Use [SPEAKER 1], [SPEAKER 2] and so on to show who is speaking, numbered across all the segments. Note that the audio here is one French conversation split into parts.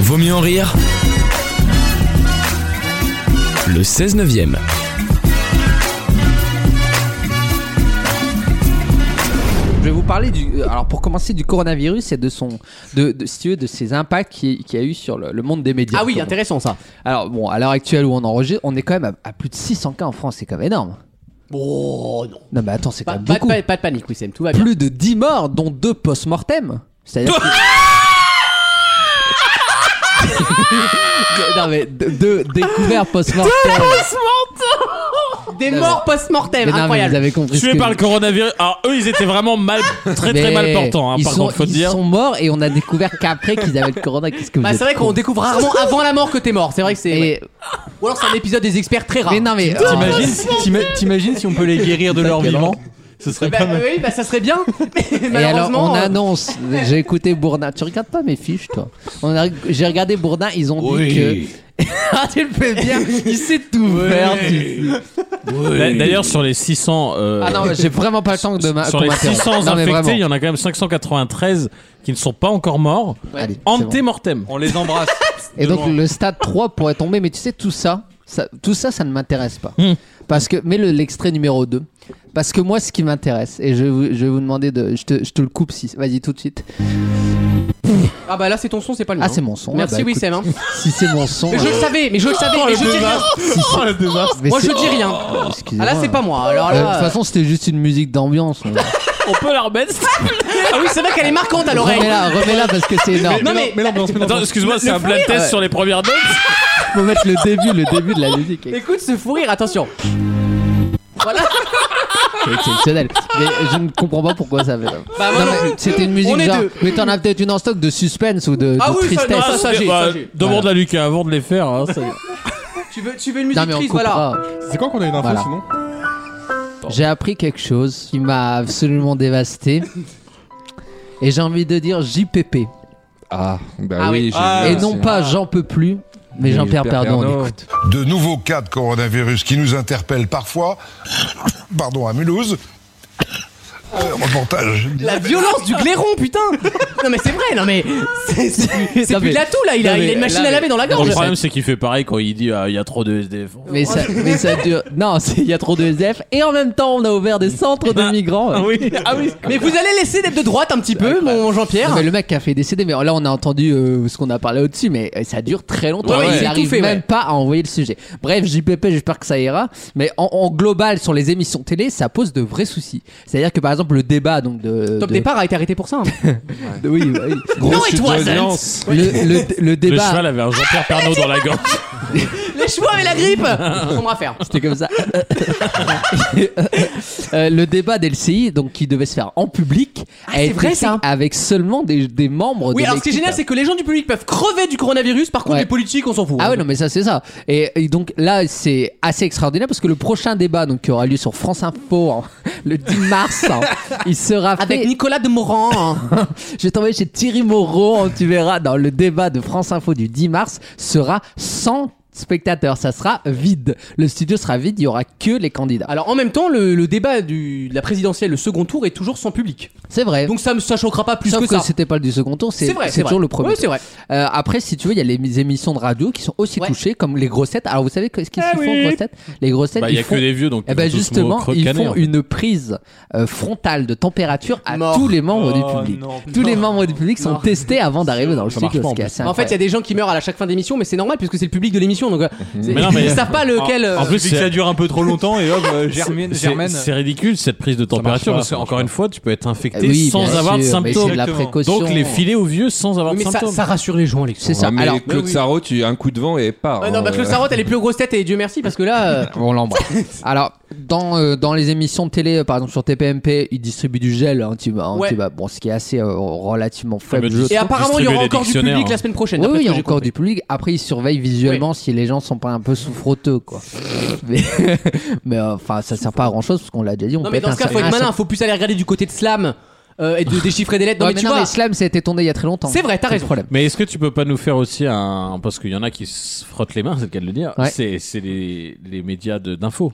[SPEAKER 1] Vaut mieux en rire. Le 16 neuvième.
[SPEAKER 2] Je vais vous parler du. euh, Alors, pour commencer, du coronavirus et de son. De, de, si tu veux, de ses impacts qu'il qui a eu sur le, le monde des médias.
[SPEAKER 3] Ah oui,
[SPEAKER 2] Comment-
[SPEAKER 3] intéressant ça.
[SPEAKER 2] Alors, bon, à l'heure actuelle où on enregistre, on est quand même à, à plus de 600 cas en France, c'est quand même énorme.
[SPEAKER 3] Oh non.
[SPEAKER 2] Non, mais attends, c'est quand
[SPEAKER 3] Pas,
[SPEAKER 2] même
[SPEAKER 3] pas-
[SPEAKER 2] beaucoup.
[SPEAKER 3] pas- pas de panique, Wissem, tout va bien.
[SPEAKER 2] Plus de 10 morts, dont 2 post-mortem. C'est-à-dire. que- non, mais deux deux découverts post-mortem.
[SPEAKER 3] Des
[SPEAKER 2] Non,
[SPEAKER 3] morts post-mortem,
[SPEAKER 2] Mais non, mais
[SPEAKER 3] incroyable.
[SPEAKER 2] vous avez compris. ce
[SPEAKER 4] Tués
[SPEAKER 2] que-
[SPEAKER 4] par le coronavirus. Alors eux, ils étaient vraiment mal, très très
[SPEAKER 2] Mais
[SPEAKER 4] mal portants. hein,
[SPEAKER 2] ils
[SPEAKER 4] par
[SPEAKER 2] sont,
[SPEAKER 4] contre, faut
[SPEAKER 2] ils
[SPEAKER 4] dire.
[SPEAKER 2] sont morts et on a découvert qu'après qu'ils avaient le corona. Qu'est-ce que vous
[SPEAKER 3] Bah,
[SPEAKER 2] êtes
[SPEAKER 3] c'est vrai qu'on
[SPEAKER 2] cons.
[SPEAKER 3] découvre rarement avant la mort que t'es mort. C'est vrai que c'est.
[SPEAKER 2] Et-
[SPEAKER 3] Ou alors c'est un épisode des experts très rare.
[SPEAKER 2] Mais euh, non, mais.
[SPEAKER 5] T'imagines, t'ima- t'imagines si on peut les guérir de leur vivant Ce serait
[SPEAKER 3] Bah,
[SPEAKER 5] pas mal.
[SPEAKER 3] oui, bah ça serait bien. Mais
[SPEAKER 2] Et alors,
[SPEAKER 3] malheureusement.
[SPEAKER 2] on
[SPEAKER 3] euh,
[SPEAKER 2] annonce. J'ai écouté Bourdin. Tu regardes pas mes fiches, toi On a- J'ai regardé Bourdin, ils ont dit que. ah, tu le fais bien Il sait tout faire. tu-
[SPEAKER 4] D'a- D'ailleurs, sur les 600, euh,
[SPEAKER 2] Ah non, mais j'ai vraiment pas le temps que de ma-
[SPEAKER 4] sur
[SPEAKER 2] qu'on
[SPEAKER 4] les
[SPEAKER 2] m'interrompe.
[SPEAKER 4] 600
[SPEAKER 2] Non, mais vraiment.
[SPEAKER 4] infectés, il y en a quand même 593 qui ne sont pas encore morts.
[SPEAKER 2] Allez, c'est bon.
[SPEAKER 4] Antémortem.
[SPEAKER 5] On les embrasse.
[SPEAKER 2] Et donc le stade 3 pourrait tomber, mais tu sais, tout ça, ça tout ça, ça ne m'intéresse pas.
[SPEAKER 4] Hmm.
[SPEAKER 2] Parce que, mais le- l'extrait numéro 2. Parce que moi, ce qui m'intéresse, et je, vais vous- je vais vous demander de. Je te, je te le coupe si. Vas-y, tout de suite.
[SPEAKER 3] Ah bah là c'est ton son, c'est pas le mien.
[SPEAKER 2] Ah, c'est mon son.
[SPEAKER 3] Merci
[SPEAKER 2] Ah bah,
[SPEAKER 3] Wissem. hein.
[SPEAKER 2] écoute, Si c'est mon son.
[SPEAKER 3] Mais je le
[SPEAKER 2] euh,
[SPEAKER 3] savais, mais je le savais, mais je dis rien. Oh,
[SPEAKER 2] mais
[SPEAKER 3] Moi
[SPEAKER 2] c'est-
[SPEAKER 3] je dis rien.
[SPEAKER 2] Oh, excusez-moi.
[SPEAKER 3] Ah là c'est pas moi. Alors
[SPEAKER 2] Euh, De toute
[SPEAKER 3] là.
[SPEAKER 2] façon, c'était juste une musique d'ambiance. hein.
[SPEAKER 4] On peut la remettre
[SPEAKER 3] Ah oui, c'est vrai qu'elle est marquante à l'oreille.
[SPEAKER 2] remets-la, remets-la parce que c'est énorme.
[SPEAKER 3] Non mais
[SPEAKER 5] Mais l'ambiance, mais
[SPEAKER 4] Attends,
[SPEAKER 5] l'ambiance.
[SPEAKER 4] excuse-moi, c'est un blind
[SPEAKER 3] fou rire,
[SPEAKER 4] test
[SPEAKER 2] ouais.
[SPEAKER 4] sur les premières notes.
[SPEAKER 2] Faut mettre le début, le début de la musique.
[SPEAKER 3] écoute ce fou rire, attention.
[SPEAKER 2] C'est exceptionnel. Mais je ne comprends pas pourquoi ça fait ça.
[SPEAKER 3] Bah, moi
[SPEAKER 2] Non,
[SPEAKER 3] non
[SPEAKER 2] mais
[SPEAKER 3] plus.
[SPEAKER 2] C'était une
[SPEAKER 3] On
[SPEAKER 2] musique
[SPEAKER 3] est
[SPEAKER 2] genre.
[SPEAKER 3] deux.
[SPEAKER 2] Mais t'en as peut-être une en stock de suspense ou de,
[SPEAKER 3] Ah
[SPEAKER 2] de
[SPEAKER 3] oui, ça,
[SPEAKER 2] tristesse.
[SPEAKER 3] non, ça, ça, j'ai, ça, j'ai.
[SPEAKER 4] Demande à Lucas avant de les faire. hein, ça-
[SPEAKER 3] Tu veux, tu veux une musique
[SPEAKER 2] Non mais on
[SPEAKER 3] triste, voilà.
[SPEAKER 2] coupera.
[SPEAKER 5] C'est quand qu'on a une info
[SPEAKER 2] Voilà.
[SPEAKER 5] sinon
[SPEAKER 2] J'ai appris quelque chose qui m'a absolument dévasté. Et j'ai envie de dire JPP.
[SPEAKER 6] Ah, bah
[SPEAKER 3] Ah oui.
[SPEAKER 6] oui,
[SPEAKER 5] Ah,
[SPEAKER 2] et non pas j'en peux plus, mais
[SPEAKER 6] Mais
[SPEAKER 2] Jean-Pierre
[SPEAKER 6] Pierre
[SPEAKER 2] Perdon, on
[SPEAKER 6] Pernaut.
[SPEAKER 2] écoute.
[SPEAKER 7] de nouveaux cas de coronavirus qui nous interpellent parfois, pardon, à Mulhouse. Euh, reportage.
[SPEAKER 3] La violence du glairon, putain Non mais c'est vrai, non mais c'est c'est plus, c'est
[SPEAKER 2] Non,
[SPEAKER 3] plus
[SPEAKER 2] mais-
[SPEAKER 3] de l'atout là, il a,
[SPEAKER 2] non,
[SPEAKER 3] il a
[SPEAKER 2] mais-
[SPEAKER 3] une machine
[SPEAKER 2] là,
[SPEAKER 3] à laver
[SPEAKER 2] mais-
[SPEAKER 3] dans la
[SPEAKER 4] Bon,
[SPEAKER 3] gorge.
[SPEAKER 4] le problème, c'est qu'il fait pareil quand il dit ah, il y a trop de SDF.
[SPEAKER 2] Mais ça, mais ça dure. Non, c'est- il y a trop de SDF. Et en même temps, on a ouvert des centres de migrants.
[SPEAKER 4] oui, ah oui.
[SPEAKER 3] Mais vous allez laisser d'être de droite un petit peu, mon
[SPEAKER 2] Non,
[SPEAKER 3] Jean-Pierre.
[SPEAKER 2] mais le mec qui a fait décéder, mais là on a entendu euh, ce qu'on a parlé au-dessus, mais euh, ça dure très longtemps. et
[SPEAKER 3] Ouais, ouais, il
[SPEAKER 2] il
[SPEAKER 3] s'est
[SPEAKER 2] arrive
[SPEAKER 3] étouffé,
[SPEAKER 2] même
[SPEAKER 3] ouais.
[SPEAKER 2] pas à envoyer le sujet. Bref, JPP, j'espère que ça ira. Mais en, en global, sur les émissions télé, ça pose de vrais soucis. C'est-à-dire que par exemple, le débat donc de.
[SPEAKER 3] Top
[SPEAKER 2] de-
[SPEAKER 3] départ a été arrêté pour ça. hein.
[SPEAKER 2] de- oui, oui.
[SPEAKER 3] non, et toi,
[SPEAKER 2] le, le- le
[SPEAKER 4] Le
[SPEAKER 2] débat.
[SPEAKER 4] cheval avait un Jean-Pierre Pernaut dans la gorge.
[SPEAKER 3] Les chevaux et la grippe On va faire.
[SPEAKER 2] C'était comme ça. Euh, le débat d'LCI, donc qui devait se faire en public, a
[SPEAKER 3] Ah, c'est
[SPEAKER 2] été
[SPEAKER 3] vrai,
[SPEAKER 2] fait
[SPEAKER 3] ça.
[SPEAKER 2] avec seulement des, des membres.
[SPEAKER 3] Oui,
[SPEAKER 2] de
[SPEAKER 3] alors ce qui est
[SPEAKER 2] l'équipe. hein.
[SPEAKER 3] génial, c'est que les gens du public peuvent crever du coronavirus, par contre
[SPEAKER 2] Ouais.
[SPEAKER 3] les politiques, on s'en fout. hein.
[SPEAKER 2] Ah ouais, non, mais ça, c'est ça. Et, et donc là, c'est assez extraordinaire parce que le prochain débat donc, qui aura lieu sur France Info hein, le 10 mars, hein, il sera fait.
[SPEAKER 3] Avec Nicolas de hein. Moran.
[SPEAKER 2] Je vais t'envoyer chez Thierry Moreau, hein, tu verras. Dans le débat de France Info du 10 mars sera 100 spectateurs. Ça sera vide. Le studio sera vide, il y aura que les candidats.
[SPEAKER 3] Alors en même temps, le, le débat du, de la présidentielle, le second tour, est toujours sans public.
[SPEAKER 2] C'est vrai.
[SPEAKER 3] Donc ça me ça choquera pas plus
[SPEAKER 2] Sauf
[SPEAKER 3] que, ça.
[SPEAKER 2] c'était pas le du second tour, c'est
[SPEAKER 3] C'est vrai,
[SPEAKER 2] c'est toujours
[SPEAKER 3] vrai.
[SPEAKER 2] le premier.
[SPEAKER 3] Ouais,
[SPEAKER 2] tour.
[SPEAKER 3] c'est vrai.
[SPEAKER 2] Euh, après, si tu veux, il y a les émissions de radio qui sont aussi
[SPEAKER 3] Ouais. Ah
[SPEAKER 2] touchées, comme les grossettes. Alors, vous savez qu'est-ce qu'ils font, grossettes Les grossettes,
[SPEAKER 4] Bah, il y a
[SPEAKER 2] ils font-
[SPEAKER 4] que des vieux, donc.
[SPEAKER 2] Eh ben justement, ils
[SPEAKER 4] hein.
[SPEAKER 2] font une prise euh, frontale de température à
[SPEAKER 3] Mort.
[SPEAKER 2] tous les
[SPEAKER 5] Oh,
[SPEAKER 2] membres du public.
[SPEAKER 5] non, putain.
[SPEAKER 2] tous les membres du public sont
[SPEAKER 3] Mort.
[SPEAKER 2] testés avant d'arriver dans le
[SPEAKER 5] Ça marche
[SPEAKER 2] studio.
[SPEAKER 5] pas,
[SPEAKER 2] ce qui est
[SPEAKER 5] en
[SPEAKER 2] assez
[SPEAKER 3] Bah, En fait, il y a
[SPEAKER 2] incroyable.
[SPEAKER 3] des gens qui meurent à la chaque fin d'émission, mais c'est normal puisque c'est le public de l'émission. Donc, euh, c'est-
[SPEAKER 4] non, mais-
[SPEAKER 3] ils savent pas lequel. euh,
[SPEAKER 4] En plus,
[SPEAKER 5] Vu que ça dure un peu trop longtemps et hop, euh, Germaine.
[SPEAKER 4] C'est-
[SPEAKER 5] Germaine-
[SPEAKER 4] C'est ridicule cette prise de température
[SPEAKER 5] pas,
[SPEAKER 4] parce que,
[SPEAKER 5] ça marche
[SPEAKER 4] encore
[SPEAKER 5] pas.
[SPEAKER 4] une fois, tu peux être infecté
[SPEAKER 2] Ah Oui,
[SPEAKER 4] sans
[SPEAKER 2] bien
[SPEAKER 4] avoir de
[SPEAKER 2] sûr, mais C'est
[SPEAKER 4] symptômes.
[SPEAKER 2] de la
[SPEAKER 5] Exactement.
[SPEAKER 2] précaution.
[SPEAKER 4] Donc les filets aux vieux sans avoir
[SPEAKER 3] oui,
[SPEAKER 4] de
[SPEAKER 3] mais ça,
[SPEAKER 4] symptômes.
[SPEAKER 3] ça rassure les gens, Alexandre.
[SPEAKER 2] C'est ça.
[SPEAKER 6] Ah, mais
[SPEAKER 2] Alors,
[SPEAKER 6] Claude
[SPEAKER 3] oui, oui.
[SPEAKER 6] Sarraute, tu un coup de vent et part.
[SPEAKER 3] Ouais, non,
[SPEAKER 6] hein,
[SPEAKER 3] bah, Claude
[SPEAKER 6] euh.
[SPEAKER 3] Sarraute, elle est plus grosse tête et Dieu merci parce que là. euh,
[SPEAKER 2] on l'embrasse. Alors, dans, euh, dans les émissions de télé, euh, par exemple sur TPMP, ils distribuent du gel. hein, tu, vas- hein,
[SPEAKER 3] Ouais.
[SPEAKER 2] tu vas- bon, ce qui est assez euh, relativement faible.
[SPEAKER 4] mais
[SPEAKER 2] je
[SPEAKER 3] Et
[SPEAKER 4] Ils
[SPEAKER 2] trouve.
[SPEAKER 4] sont
[SPEAKER 3] apparemment, il y aura
[SPEAKER 4] distribués
[SPEAKER 3] encore du
[SPEAKER 4] des
[SPEAKER 3] public
[SPEAKER 4] dictionnaires,
[SPEAKER 3] la semaine prochaine.
[SPEAKER 2] Oui,
[SPEAKER 3] d'après
[SPEAKER 2] oui, il y
[SPEAKER 3] ce
[SPEAKER 2] a
[SPEAKER 3] que j'ai
[SPEAKER 2] encore
[SPEAKER 3] compris.
[SPEAKER 2] du public. Après, ils surveillent visuellement si les gens sont pas un peu souffroteux, quoi. mais mais, euh, enfin, ça sert pas à grand chose parce qu'on l'a déjà dit. On
[SPEAKER 3] Non,
[SPEAKER 2] peut
[SPEAKER 3] mais
[SPEAKER 2] être
[SPEAKER 3] dans ce cas,
[SPEAKER 2] un-
[SPEAKER 3] faut être
[SPEAKER 2] un-
[SPEAKER 3] malin, faut plus aller regarder du côté de Slam euh, et de déchiffrer des lettres. Non,
[SPEAKER 2] Ah. Ouais,
[SPEAKER 3] mais tu
[SPEAKER 2] non,
[SPEAKER 3] vois,
[SPEAKER 2] mais Slam, ça a été tourné il y a très longtemps.
[SPEAKER 3] c'est vrai, t'as
[SPEAKER 2] C'est le
[SPEAKER 3] raison.
[SPEAKER 2] problème.
[SPEAKER 4] Mais est-ce que tu peux pas nous faire aussi un parce qu'il y en a qui se frottent les mains, c'est le cas de le dire.
[SPEAKER 2] Ouais.
[SPEAKER 4] C'est c'est les, les médias de- d'info.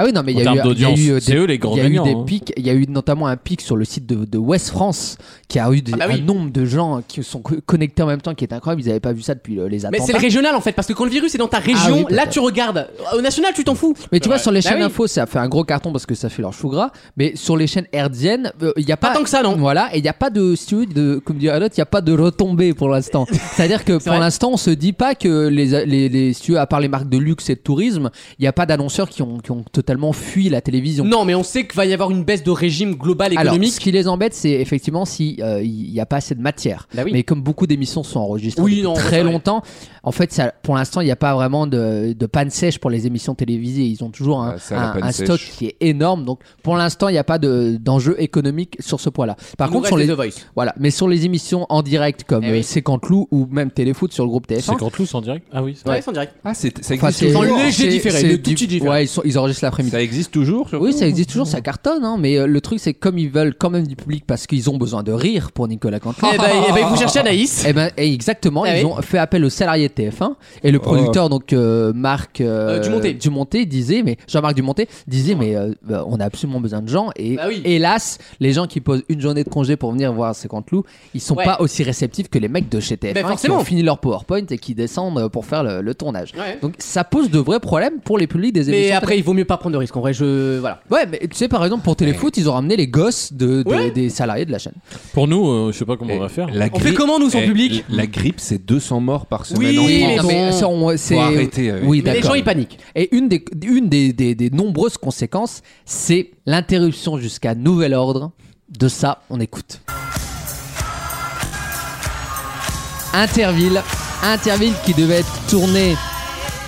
[SPEAKER 2] Ah oui, non, mais il y a eu,
[SPEAKER 4] En termes
[SPEAKER 2] il y a
[SPEAKER 4] d'audience,
[SPEAKER 2] eu, euh,
[SPEAKER 4] c'est
[SPEAKER 2] des-
[SPEAKER 4] eux les grands
[SPEAKER 2] il y a eu
[SPEAKER 4] gagnants,
[SPEAKER 2] des
[SPEAKER 4] hein.
[SPEAKER 2] pics. Il y a eu notamment un pic sur le site de, de West France qui a eu des-
[SPEAKER 3] Ah bah oui.
[SPEAKER 2] un nombre de gens qui sont co- connectés en même temps qui est incroyable. Ils n'avaient pas vu ça depuis le- les
[SPEAKER 3] Mais
[SPEAKER 2] attentats.
[SPEAKER 3] c'est le régional en fait, parce que quand le virus est dans ta
[SPEAKER 2] Ah oui,
[SPEAKER 3] région,
[SPEAKER 2] peut-être.
[SPEAKER 3] là tu regardes. Au national, tu t'en fous.
[SPEAKER 2] Mais tu vois, sur les
[SPEAKER 3] Bah
[SPEAKER 2] chaînes
[SPEAKER 3] oui.
[SPEAKER 2] info, ça a fait un gros carton parce que ça fait leur chou gras. Mais sur les chaînes herdiennes, euh, il n'y a pas.
[SPEAKER 3] Pas tant que ça, non.
[SPEAKER 2] Voilà, et il n'y a pas de, si tu veux, de comme dirait l'autre, il n'y a pas de retombée pour l'instant. C'est-à-dire que pour
[SPEAKER 3] vrai.
[SPEAKER 2] l'instant, on se dit pas que les, les, les- si tu veux, à part les marques de luxe et de tourisme, il n'y a pas d'annonceurs qui ont, qui ont totalement fui la télévision.
[SPEAKER 3] Non, mais on sait qu'il va y avoir une baisse de régime global
[SPEAKER 2] Alors,
[SPEAKER 3] économique.
[SPEAKER 2] ce qui les embête, c'est effectivement si euh, il n'y a pas assez de matière.
[SPEAKER 3] Bah oui.
[SPEAKER 2] Mais comme beaucoup d'émissions sont enregistrées
[SPEAKER 3] Oui,
[SPEAKER 2] depuis
[SPEAKER 3] non,
[SPEAKER 2] très
[SPEAKER 3] c'est vrai.
[SPEAKER 2] longtemps, en fait, ça, pour l'instant, il n'y a pas vraiment de, de panne sèche pour les émissions télévisées. Ils ont toujours un,
[SPEAKER 6] Ah, ça, la
[SPEAKER 2] un-
[SPEAKER 6] panne
[SPEAKER 2] un stock
[SPEAKER 6] sèche.
[SPEAKER 2] qui est énorme. Donc, pour l'instant, il n'y a pas de- d'enjeu économique sur ce point-là. Par
[SPEAKER 3] Il nous
[SPEAKER 2] contre, sur
[SPEAKER 3] reste
[SPEAKER 2] les,
[SPEAKER 3] The Voice.
[SPEAKER 2] voilà, mais sur les émissions en direct comme
[SPEAKER 3] Eh oui.
[SPEAKER 2] euh, C'est quand Loup ou même Téléfoot sur le groupe TF1,
[SPEAKER 4] C'est quand Loup, c'est en direct Ah oui, c'est
[SPEAKER 3] Ouais,
[SPEAKER 4] vrai.
[SPEAKER 3] c'est en direct.
[SPEAKER 6] Ah, c'est- ça
[SPEAKER 2] enfin,
[SPEAKER 6] existe
[SPEAKER 2] c'est-
[SPEAKER 3] toujours.
[SPEAKER 6] toujours.
[SPEAKER 3] Dans le- léger
[SPEAKER 2] c'est-
[SPEAKER 3] différé,
[SPEAKER 2] c'est
[SPEAKER 3] le
[SPEAKER 2] du-
[SPEAKER 3] tout petit différé.
[SPEAKER 2] Ouais, ils, sont- ils enregistrent l'après-midi.
[SPEAKER 6] Ça existe toujours surtout
[SPEAKER 2] Oui, ça existe toujours, ça cartonne, hein, mais euh, le truc c'est que comme ils veulent quand même du public parce qu'ils ont besoin de rire pour Nicolas Cantelou.
[SPEAKER 3] Eh ben, eh ben, vous cherchez Anaïs.
[SPEAKER 2] Eh ben, eh, exactement,
[SPEAKER 3] Ah
[SPEAKER 2] ils
[SPEAKER 3] oui.
[SPEAKER 2] ont fait appel aux salariés de TF1 et le producteur donc euh, Marc euh,
[SPEAKER 3] Euh, Dumonté.
[SPEAKER 2] disait mais Jean-Marc Dumonté disait mais euh, bah, on a absolument besoin de gens et
[SPEAKER 3] Bah oui.
[SPEAKER 2] hélas les gens qui posent une journée de congé pour venir voir ces loups ils sont
[SPEAKER 3] Ouais.
[SPEAKER 2] pas aussi réceptifs que les mecs de chez TF1
[SPEAKER 3] Ben,
[SPEAKER 2] qui
[SPEAKER 3] forcément.
[SPEAKER 2] ont fini leur PowerPoint et qui descendent pour faire le, le tournage.
[SPEAKER 3] Ouais.
[SPEAKER 2] Donc ça pose de vrais problèmes pour les publics des
[SPEAKER 3] Mais
[SPEAKER 2] émissions.
[SPEAKER 3] après, il vaut mieux pas prendre de risques. En vrai, je. Voilà.
[SPEAKER 2] Ouais, mais tu sais, par exemple, pour Téléfoot, ils ont ramené les gosses de, de-
[SPEAKER 3] Ouais.
[SPEAKER 2] des salariés de la chaîne.
[SPEAKER 4] Pour nous, euh, je sais pas comment on va
[SPEAKER 6] Et
[SPEAKER 4] faire.
[SPEAKER 6] la
[SPEAKER 3] On
[SPEAKER 6] grippe-
[SPEAKER 3] fait comment nous, sans
[SPEAKER 6] eh,
[SPEAKER 3] public
[SPEAKER 6] La grippe, c'est 200 morts par semaine
[SPEAKER 3] Oui,
[SPEAKER 6] en
[SPEAKER 3] mais
[SPEAKER 6] France.
[SPEAKER 3] bon.
[SPEAKER 2] ça, on- c'est.
[SPEAKER 6] Faut arrêter avec.
[SPEAKER 2] Oui,
[SPEAKER 3] Mais les
[SPEAKER 2] d'accord.
[SPEAKER 3] gens ils paniquent.
[SPEAKER 2] Et une des, une des, des- des nombreuses conséquences, c'est l'interruption jusqu'à nouvel ordre. De ça, on écoute. Interville, Interville qui devait être tourné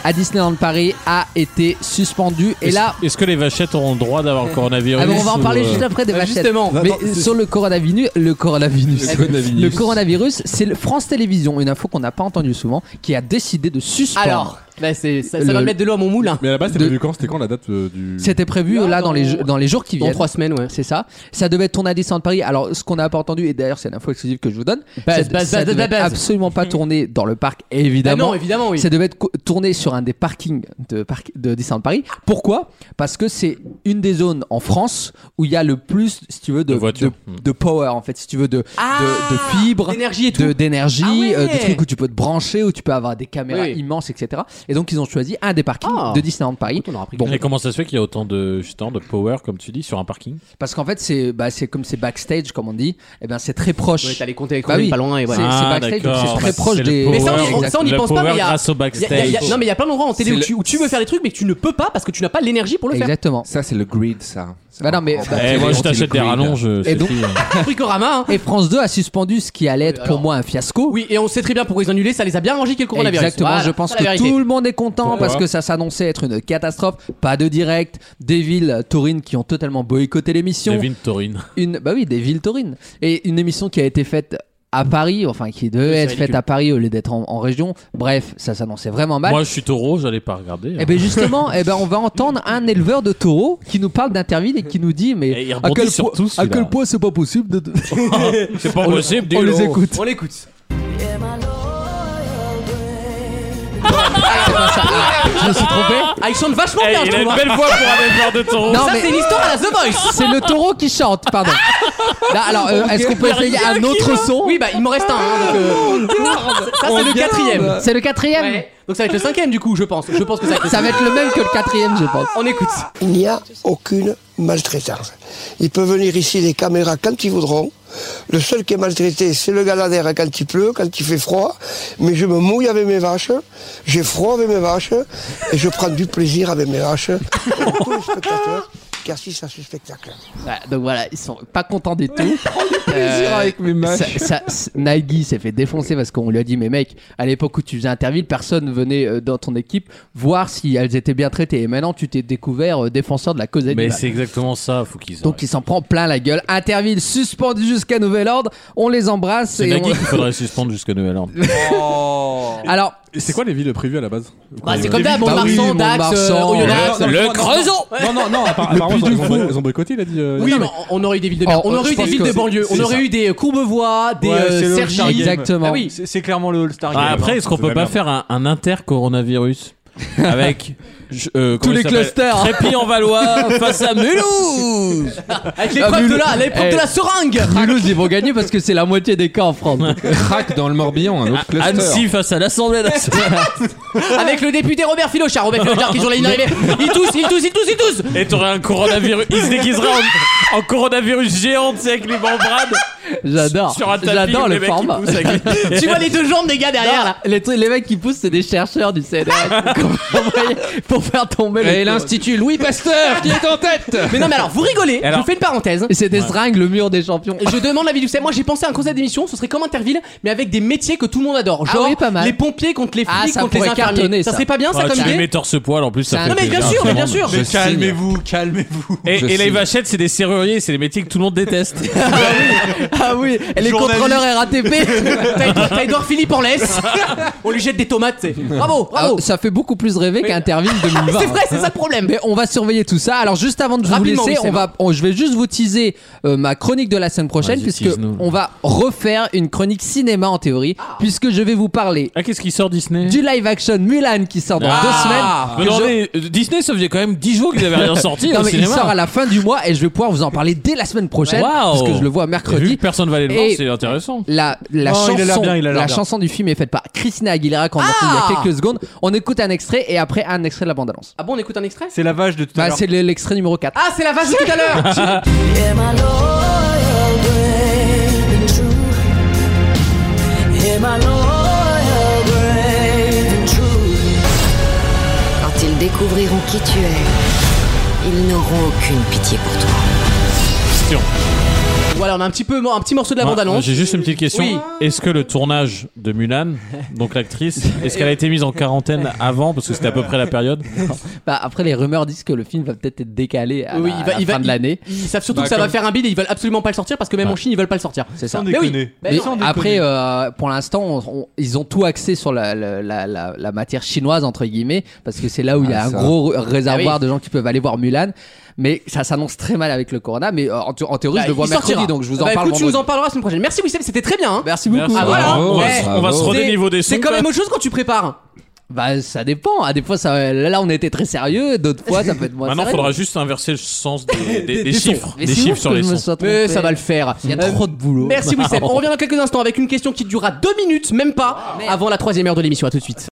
[SPEAKER 2] à Disneyland Paris a été suspendu. Et
[SPEAKER 4] Est-ce-
[SPEAKER 2] là,
[SPEAKER 4] Est-ce que les vachettes auront le droit d'avoir le coronavirus
[SPEAKER 2] ah, mais on va en
[SPEAKER 4] ou,
[SPEAKER 2] parler
[SPEAKER 4] euh,
[SPEAKER 2] juste après des
[SPEAKER 3] Bah,
[SPEAKER 2] machettes.
[SPEAKER 3] justement.
[SPEAKER 2] Mais euh, sur le coronavirus, le coronavirus,
[SPEAKER 6] Le coronavirus.
[SPEAKER 2] le coronavirus, c'est le France Télévisions, une info qu'on n'a pas entendue souvent, qui a décidé de suspendre.
[SPEAKER 3] Alors, bah, c'est- ça, ça
[SPEAKER 2] Le-
[SPEAKER 3] va me mettre de l'eau à mon hein. moulin.
[SPEAKER 8] Mais à la base,
[SPEAKER 2] De-
[SPEAKER 8] c'était prévu quand C'était quand la date euh, du.
[SPEAKER 2] c'était prévu euh, là dans, les
[SPEAKER 3] dans-
[SPEAKER 2] dans les jours qui
[SPEAKER 3] Dans
[SPEAKER 2] viennent.
[SPEAKER 3] trois semaines, ouais.
[SPEAKER 2] C'est ça. Ça devait être tourné à Disneyland Paris. Alors, ce qu'on n'a pas entendu, et d'ailleurs, c'est une info exclusive que je vous donne,
[SPEAKER 3] Base,
[SPEAKER 2] ça,
[SPEAKER 3] base,
[SPEAKER 2] ça
[SPEAKER 3] base,
[SPEAKER 2] devait
[SPEAKER 3] base.
[SPEAKER 2] absolument pas tourné dans le parc,
[SPEAKER 3] Ah
[SPEAKER 2] évidemment.
[SPEAKER 3] non, évidemment, oui.
[SPEAKER 2] Ça devait être co- tourné sur un des parkings de, parc- de Disneyland Paris. Pourquoi Parce que c'est une des zones en France où il y a le plus, si tu veux, de,
[SPEAKER 4] De voitures.
[SPEAKER 2] de- de power, en fait, si tu veux, de,
[SPEAKER 3] Ah
[SPEAKER 2] de, de fibres,
[SPEAKER 3] D'énergie et tout.
[SPEAKER 2] de- d'énergie,
[SPEAKER 3] Ah ouais
[SPEAKER 2] euh, des trucs où tu peux te brancher, où tu peux avoir des caméras
[SPEAKER 3] Oui.
[SPEAKER 2] immenses, etc. Et donc, ils ont choisi un des parkings
[SPEAKER 3] Ah.
[SPEAKER 2] de Disneyland Paris.
[SPEAKER 3] On aura pris
[SPEAKER 2] Bon,
[SPEAKER 4] Et comment ça se fait qu'il y a autant de justement de power, comme tu dis, sur un parking
[SPEAKER 2] parce qu'en fait, c'est bah, c'est comme c'est backstage, comme on dit, et ben c'est très proche.
[SPEAKER 3] Ouais, t'as les comptes avec
[SPEAKER 2] Bah oui.
[SPEAKER 3] pas loin et
[SPEAKER 2] C'est-
[SPEAKER 3] voilà.
[SPEAKER 2] backstage, donc c'est
[SPEAKER 4] Ah, d'accord.
[SPEAKER 2] très proche
[SPEAKER 4] le
[SPEAKER 2] des-
[SPEAKER 4] power,
[SPEAKER 3] Mais ça, on- on- ça, on y
[SPEAKER 4] le
[SPEAKER 3] pense pas,
[SPEAKER 4] power
[SPEAKER 3] mais il y a-
[SPEAKER 4] grâce au
[SPEAKER 3] Y a- y a-
[SPEAKER 4] backstage.
[SPEAKER 3] y a- non mais il y a plein d'endroits en télé
[SPEAKER 6] C'est
[SPEAKER 3] où
[SPEAKER 6] le-
[SPEAKER 3] tu, où tu veux faire des trucs mais que tu ne peux pas parce que tu n'as pas l'énergie pour le faire.
[SPEAKER 2] Exactement.
[SPEAKER 6] Ça, c'est le grid, ça. C'est
[SPEAKER 2] Bah non, mais-
[SPEAKER 6] en- en-
[SPEAKER 2] bah,
[SPEAKER 4] Eh,
[SPEAKER 6] en-
[SPEAKER 4] moi,
[SPEAKER 6] en-
[SPEAKER 4] je t'achète
[SPEAKER 6] le
[SPEAKER 4] des
[SPEAKER 6] grid.
[SPEAKER 4] rallonges. euh,
[SPEAKER 2] Et donc-
[SPEAKER 4] Sophie.
[SPEAKER 3] Bricorama. hein.
[SPEAKER 2] Et France 2 a suspendu ce qui allait être pour
[SPEAKER 3] alors-
[SPEAKER 2] moi un fiasco.
[SPEAKER 3] Oui, et on sait très bien pourquoi ils ont annulé, ça les a bien rangés qu'il y ait le coronavirus.
[SPEAKER 2] Exactement,
[SPEAKER 3] Voilà,
[SPEAKER 2] je pense
[SPEAKER 3] c'est la
[SPEAKER 2] que
[SPEAKER 3] vérité.
[SPEAKER 2] tout le monde est content parce que ça s'annonçait être une catastrophe. Pas de direct, des villes taurines qui ont totalement boycotté l'émission.
[SPEAKER 4] Devine Taurine.
[SPEAKER 2] Une, bah oui, des villes taurines. Et une émission qui a été faite à Paris, enfin qui devait
[SPEAKER 3] Oui, c'est
[SPEAKER 2] être faite
[SPEAKER 3] ridicule.
[SPEAKER 2] à Paris au lieu d'être en, en région. Bref, ça s'annonçait vraiment mal.
[SPEAKER 4] Moi, je suis taureau, j'allais pas regarder. hein.
[SPEAKER 2] et bien justement, Bah, eh ben on va entendre un éleveur de taureaux qui nous parle d'Interville et qui nous dit
[SPEAKER 4] Et
[SPEAKER 2] mais
[SPEAKER 4] il
[SPEAKER 2] à quel,
[SPEAKER 4] rebondit sur
[SPEAKER 2] point-
[SPEAKER 4] tout,
[SPEAKER 2] à
[SPEAKER 4] celui-là.
[SPEAKER 2] quel point c'est pas possible de...
[SPEAKER 4] C'est pas
[SPEAKER 2] ben, On-
[SPEAKER 4] possible,
[SPEAKER 2] on
[SPEAKER 4] dis-le.
[SPEAKER 2] les écoute.
[SPEAKER 3] On l'écoute.
[SPEAKER 2] Je me suis trompé
[SPEAKER 3] Ah, ils chantent vachement
[SPEAKER 4] Eh,
[SPEAKER 3] bien, je
[SPEAKER 4] il a
[SPEAKER 3] trouve.
[SPEAKER 4] une
[SPEAKER 3] hein.
[SPEAKER 4] belle voix pour un éleveur de taureau.
[SPEAKER 2] Non,
[SPEAKER 3] Ça,
[SPEAKER 2] mais-
[SPEAKER 3] c'est une histoire à la The Voice.
[SPEAKER 2] C'est le taureau qui chante, pardon. Là, alors, euh, est-ce qu'on peut essayer un autre son Oh,
[SPEAKER 3] Oui, bah il m'en reste un. hein, donc, euh, Ça, c'est le quatrième.
[SPEAKER 2] C'est le quatrième.
[SPEAKER 3] Ouais. Donc ça va être le cinquième, du coup, je pense. Je pense que ça va être le
[SPEAKER 2] Ça va être le même que le quatrième, je pense.
[SPEAKER 3] On écoute.
[SPEAKER 9] Il n'y a aucune maltraitance. Ils peuvent venir ici les caméras quand ils voudront. Le seul qui est maltraité, c'est le galadaire quand il pleut, quand il fait froid. Mais je me mouille avec mes vaches, j'ai froid avec mes vaches, et je prends du plaisir avec mes vaches. Pour tous les spectateurs qui assistent à ce spectacle.
[SPEAKER 2] Voilà, Bah, donc voilà, ils sont pas contents du tout.
[SPEAKER 6] plaisir
[SPEAKER 2] Euh,
[SPEAKER 6] avec mes mâches.
[SPEAKER 2] ça- ça- s- Nagui s'est fait défoncer parce qu'on lui a dit mais mec à l'époque où tu faisais Interville personne venait euh, dans ton équipe voir si elles étaient bien traitées et maintenant tu t'es découvert euh, défenseur de la cause animale.
[SPEAKER 4] Mais c'est exactement ça, faut qu'ils.
[SPEAKER 2] Donc il s'en prend plein la gueule. Interville suspendu jusqu'à nouvel ordre. On les embrasse
[SPEAKER 4] c'est
[SPEAKER 2] et
[SPEAKER 4] Nagui
[SPEAKER 2] on- Bah,
[SPEAKER 4] qu'il faudrait suspendre jusqu'à nouvel an.
[SPEAKER 2] Alors
[SPEAKER 8] Et C'est quoi les villes prévues à la base
[SPEAKER 3] Bah, c'est
[SPEAKER 8] Euh,
[SPEAKER 3] comme
[SPEAKER 8] les
[SPEAKER 3] d'hab,
[SPEAKER 8] villes-
[SPEAKER 2] Bah oui,
[SPEAKER 3] Mont-de-Marsan, Dax,
[SPEAKER 2] Mont-de-Marsan.
[SPEAKER 3] euh, Oyonnax.
[SPEAKER 8] Le- le- non,
[SPEAKER 3] Creusot
[SPEAKER 8] Non, non, non, appara- apparemment, ils ont- ils ont- ils ont boycotté, il a dit. euh,
[SPEAKER 3] Oui,
[SPEAKER 8] non,
[SPEAKER 3] mais on aurait eu des villes de merde.
[SPEAKER 2] Oh,
[SPEAKER 3] on aurait
[SPEAKER 2] je
[SPEAKER 3] eu des
[SPEAKER 2] pense
[SPEAKER 3] villes
[SPEAKER 2] que
[SPEAKER 3] de banlieue.
[SPEAKER 8] c'est
[SPEAKER 3] On aurait
[SPEAKER 8] ça.
[SPEAKER 3] eu des euh, Courbevoie, des
[SPEAKER 8] Ouais, c'est
[SPEAKER 3] euh,
[SPEAKER 8] le
[SPEAKER 3] Cergy.
[SPEAKER 8] Game.
[SPEAKER 2] exactement.
[SPEAKER 3] Ah oui.
[SPEAKER 5] C'est c'est clairement le All-Star
[SPEAKER 4] Ah,
[SPEAKER 5] Game.
[SPEAKER 4] après, est-ce qu'on
[SPEAKER 8] C'est de
[SPEAKER 4] peut
[SPEAKER 8] la
[SPEAKER 4] pas
[SPEAKER 8] merde.
[SPEAKER 4] faire un, un inter-coronavirus avec je- euh,
[SPEAKER 2] Tous
[SPEAKER 4] comment
[SPEAKER 2] les
[SPEAKER 4] il s'appelle
[SPEAKER 2] clusters. hein.
[SPEAKER 4] Crépy en Valois face à Mulhouse.
[SPEAKER 3] Avec l'épreuve de la, l'épreuve
[SPEAKER 2] Eh.
[SPEAKER 3] de la seringue.
[SPEAKER 2] Mulhouse, ils vont gagner parce que c'est la moitié des cas en France.
[SPEAKER 6] Crac dans le Morbihan, un autre cluster.
[SPEAKER 4] Annecy face à l'Assemblée nationale.
[SPEAKER 3] Avec le député Robert Filochard. Robert Filochard qui est sur la ligne d'arrivée. Ils tous, ils tous, ils tous, ils tous.
[SPEAKER 4] Et t'aurais un coronavirus. Il se déguiserait en, en coronavirus géant, tu sais, avec les membranes.
[SPEAKER 2] J'adore.
[SPEAKER 4] Sur un tapis
[SPEAKER 2] J'adore
[SPEAKER 4] où
[SPEAKER 2] le
[SPEAKER 4] les mecs, ils
[SPEAKER 2] format.
[SPEAKER 4] poussent avec
[SPEAKER 3] Tu vois les deux jambes des gars derrière là.
[SPEAKER 2] Les, trucs- les mecs qui poussent, c'est des chercheurs du CNRS pour, envoyer- pour faire tomber le.
[SPEAKER 6] Et l'Institut Louis Pasteur qui est en tête
[SPEAKER 3] Mais non, mais alors, vous rigolez.
[SPEAKER 4] Alors-
[SPEAKER 3] Je fais une parenthèse.
[SPEAKER 2] Et c'est des seringues, le mur des champions.
[SPEAKER 3] Je demande l'avis du CM. Moi, j'ai pensé à un concept d'émission. Ce serait comme Interville, mais avec des métiers que tout le monde adore.
[SPEAKER 2] Ah
[SPEAKER 3] Genre
[SPEAKER 2] oui, pas mal.
[SPEAKER 3] les pompiers contre les flics,
[SPEAKER 2] Ah, ça
[SPEAKER 3] contre les
[SPEAKER 2] pourrait
[SPEAKER 3] infirmiers.
[SPEAKER 2] cartonner,
[SPEAKER 3] ça
[SPEAKER 2] ça.
[SPEAKER 3] serait pas bien, ça,
[SPEAKER 4] Ah,
[SPEAKER 3] comme
[SPEAKER 4] tu lui
[SPEAKER 3] idée
[SPEAKER 4] mets torse-poil en plus, ça
[SPEAKER 2] Ça-
[SPEAKER 4] fait
[SPEAKER 3] Non, mais bien
[SPEAKER 4] plaisir.
[SPEAKER 3] sûr, mais bien sûr.
[SPEAKER 5] Mais calmez-vous, calmez-vous.
[SPEAKER 6] Je
[SPEAKER 4] Et, et les
[SPEAKER 6] signe.
[SPEAKER 4] vachettes, c'est des serruriers, c'est les métiers que tout le monde déteste.
[SPEAKER 2] Ah oui, et les
[SPEAKER 5] Journaliste.
[SPEAKER 2] contrôleurs RATP.
[SPEAKER 3] T'as Edouard- T'as Edouard Philippe en laisse. On lui jette des tomates, c'est. Bravo, bravo.
[SPEAKER 2] Ah, ça fait beaucoup plus rêver qu'Interville
[SPEAKER 3] Ah,
[SPEAKER 2] 2020.
[SPEAKER 3] c'est vrai, c'est ça le problème.
[SPEAKER 2] Mais on va surveiller tout ça. Alors juste avant de vous
[SPEAKER 3] Rapidement,
[SPEAKER 2] laisser,
[SPEAKER 3] oui, c'est
[SPEAKER 2] on va, on- je vais juste vous teaser euh, ma chronique de la semaine prochaine
[SPEAKER 4] Vas-y,
[SPEAKER 2] puisque
[SPEAKER 4] tease-nous.
[SPEAKER 2] on va refaire une chronique cinéma en théorie puisque je vais vous parler
[SPEAKER 4] Ah, qu'est-ce qui sort Disney
[SPEAKER 2] du live action Mulan qui sort dans
[SPEAKER 4] Ah.
[SPEAKER 2] deux semaines. que
[SPEAKER 4] Mais non,
[SPEAKER 2] je-
[SPEAKER 4] mais, euh, Disney, ça faisait quand même 10 jours qu'ils avaient rien sorti
[SPEAKER 2] Non,
[SPEAKER 4] au
[SPEAKER 2] mais il
[SPEAKER 4] cinéma.
[SPEAKER 2] sort à la fin du mois et je vais pouvoir vous en parler dès la semaine prochaine
[SPEAKER 4] Waouh.
[SPEAKER 2] puisque je le vois
[SPEAKER 4] Et Vu
[SPEAKER 2] mercredi.
[SPEAKER 4] que personne va aller le voir,
[SPEAKER 2] Et-
[SPEAKER 4] c'est intéressant.
[SPEAKER 2] La, la,
[SPEAKER 5] Oh,
[SPEAKER 2] chanson,
[SPEAKER 5] il a l'air bien, il a l'air
[SPEAKER 2] la
[SPEAKER 5] bien.
[SPEAKER 2] chanson du film est faite par Christina Aguilera qu'on a
[SPEAKER 3] Ah.
[SPEAKER 2] entendu il y a quelques secondes. On écoute un extrait et après un extrait de la bande-annonce.
[SPEAKER 3] Ah bon, on écoute un extrait
[SPEAKER 5] C'est la vache de tout à
[SPEAKER 2] Bah,
[SPEAKER 5] l'heure.
[SPEAKER 2] c'est le- l'extrait numéro 4.
[SPEAKER 3] Ah, c'est la vache de tout à l'heure.
[SPEAKER 10] Quand ils découvriront qui tu es, ils n'auront aucune pitié pour toi.
[SPEAKER 4] Question.
[SPEAKER 3] voilà, on a un petit peu un petit morceau de la
[SPEAKER 4] Moi,
[SPEAKER 3] bande annonce.
[SPEAKER 4] J'ai juste une petite question. Est-ce que le tournage de Mulan, donc l'actrice, est-ce qu'elle a été mise en quarantaine avant parce que c'était à peu près la période
[SPEAKER 2] Bah, après, les rumeurs disent que le film va peut-être être décalé à,
[SPEAKER 3] Oui,
[SPEAKER 2] la,
[SPEAKER 3] il va-
[SPEAKER 2] à la
[SPEAKER 3] il va-
[SPEAKER 2] fin de l'année.
[SPEAKER 3] Ils savent surtout
[SPEAKER 5] Bah,
[SPEAKER 3] que ça va
[SPEAKER 5] comme-
[SPEAKER 3] faire un bid et ils veulent absolument pas le sortir parce que même en Chine ils veulent pas le sortir.
[SPEAKER 2] C'est ça.
[SPEAKER 5] Sans
[SPEAKER 3] Mais oui.
[SPEAKER 5] déconner.
[SPEAKER 3] Mais bah,
[SPEAKER 2] Mais
[SPEAKER 3] non.
[SPEAKER 5] sans déconner.
[SPEAKER 2] après, euh, pour l'instant, on- on- ils ont tout axé sur la, la- la- la- la matière chinoise, entre guillemets, parce que c'est là où il y a
[SPEAKER 6] Ah,
[SPEAKER 2] un
[SPEAKER 6] ça.
[SPEAKER 2] gros r- réservoir
[SPEAKER 3] Ah oui.
[SPEAKER 2] de gens qui peuvent aller voir Mulan. Mais ça s'annonce très mal avec le corona. Mais euh, en, tu- en théorie,
[SPEAKER 3] Bah,
[SPEAKER 2] je le vois
[SPEAKER 3] il
[SPEAKER 2] mercredi,
[SPEAKER 3] sortira.
[SPEAKER 2] donc je vous en
[SPEAKER 3] Bah,
[SPEAKER 2] parle
[SPEAKER 3] écoute, tu nous en
[SPEAKER 2] vendredi.
[SPEAKER 3] parleras la semaine prochaine. Merci Wissem, c'était très bien. hein.
[SPEAKER 2] Merci beaucoup.
[SPEAKER 4] Merci.
[SPEAKER 3] Ah, voilà.
[SPEAKER 6] Bravo,
[SPEAKER 4] on, va,
[SPEAKER 6] bravo.
[SPEAKER 4] on va se
[SPEAKER 3] C'est-
[SPEAKER 4] relever niveau des sons.
[SPEAKER 3] C'est quand même autre chose quand tu prépares.
[SPEAKER 2] Bah, ça dépend. À des fois, ça, là, on était très sérieux. D'autres fois, ça peut être moins
[SPEAKER 4] Maintenant,
[SPEAKER 2] sérieux.
[SPEAKER 4] faudra juste inverser le sens des, des- des
[SPEAKER 2] Des sons.
[SPEAKER 4] chiffres,
[SPEAKER 2] Mais
[SPEAKER 4] des
[SPEAKER 2] c'est
[SPEAKER 4] chiffres
[SPEAKER 2] ouf
[SPEAKER 4] sur
[SPEAKER 2] que
[SPEAKER 4] les
[SPEAKER 2] je me
[SPEAKER 4] sons.
[SPEAKER 2] sois trompé.
[SPEAKER 3] Mais ça va le faire.
[SPEAKER 2] Il y a trop de boulot. Ah,
[SPEAKER 3] Merci Wissem. On revient dans quelques instants avec une question qui durera deux minutes, même pas, avant la troisième heure de l'émission. À tout de suite.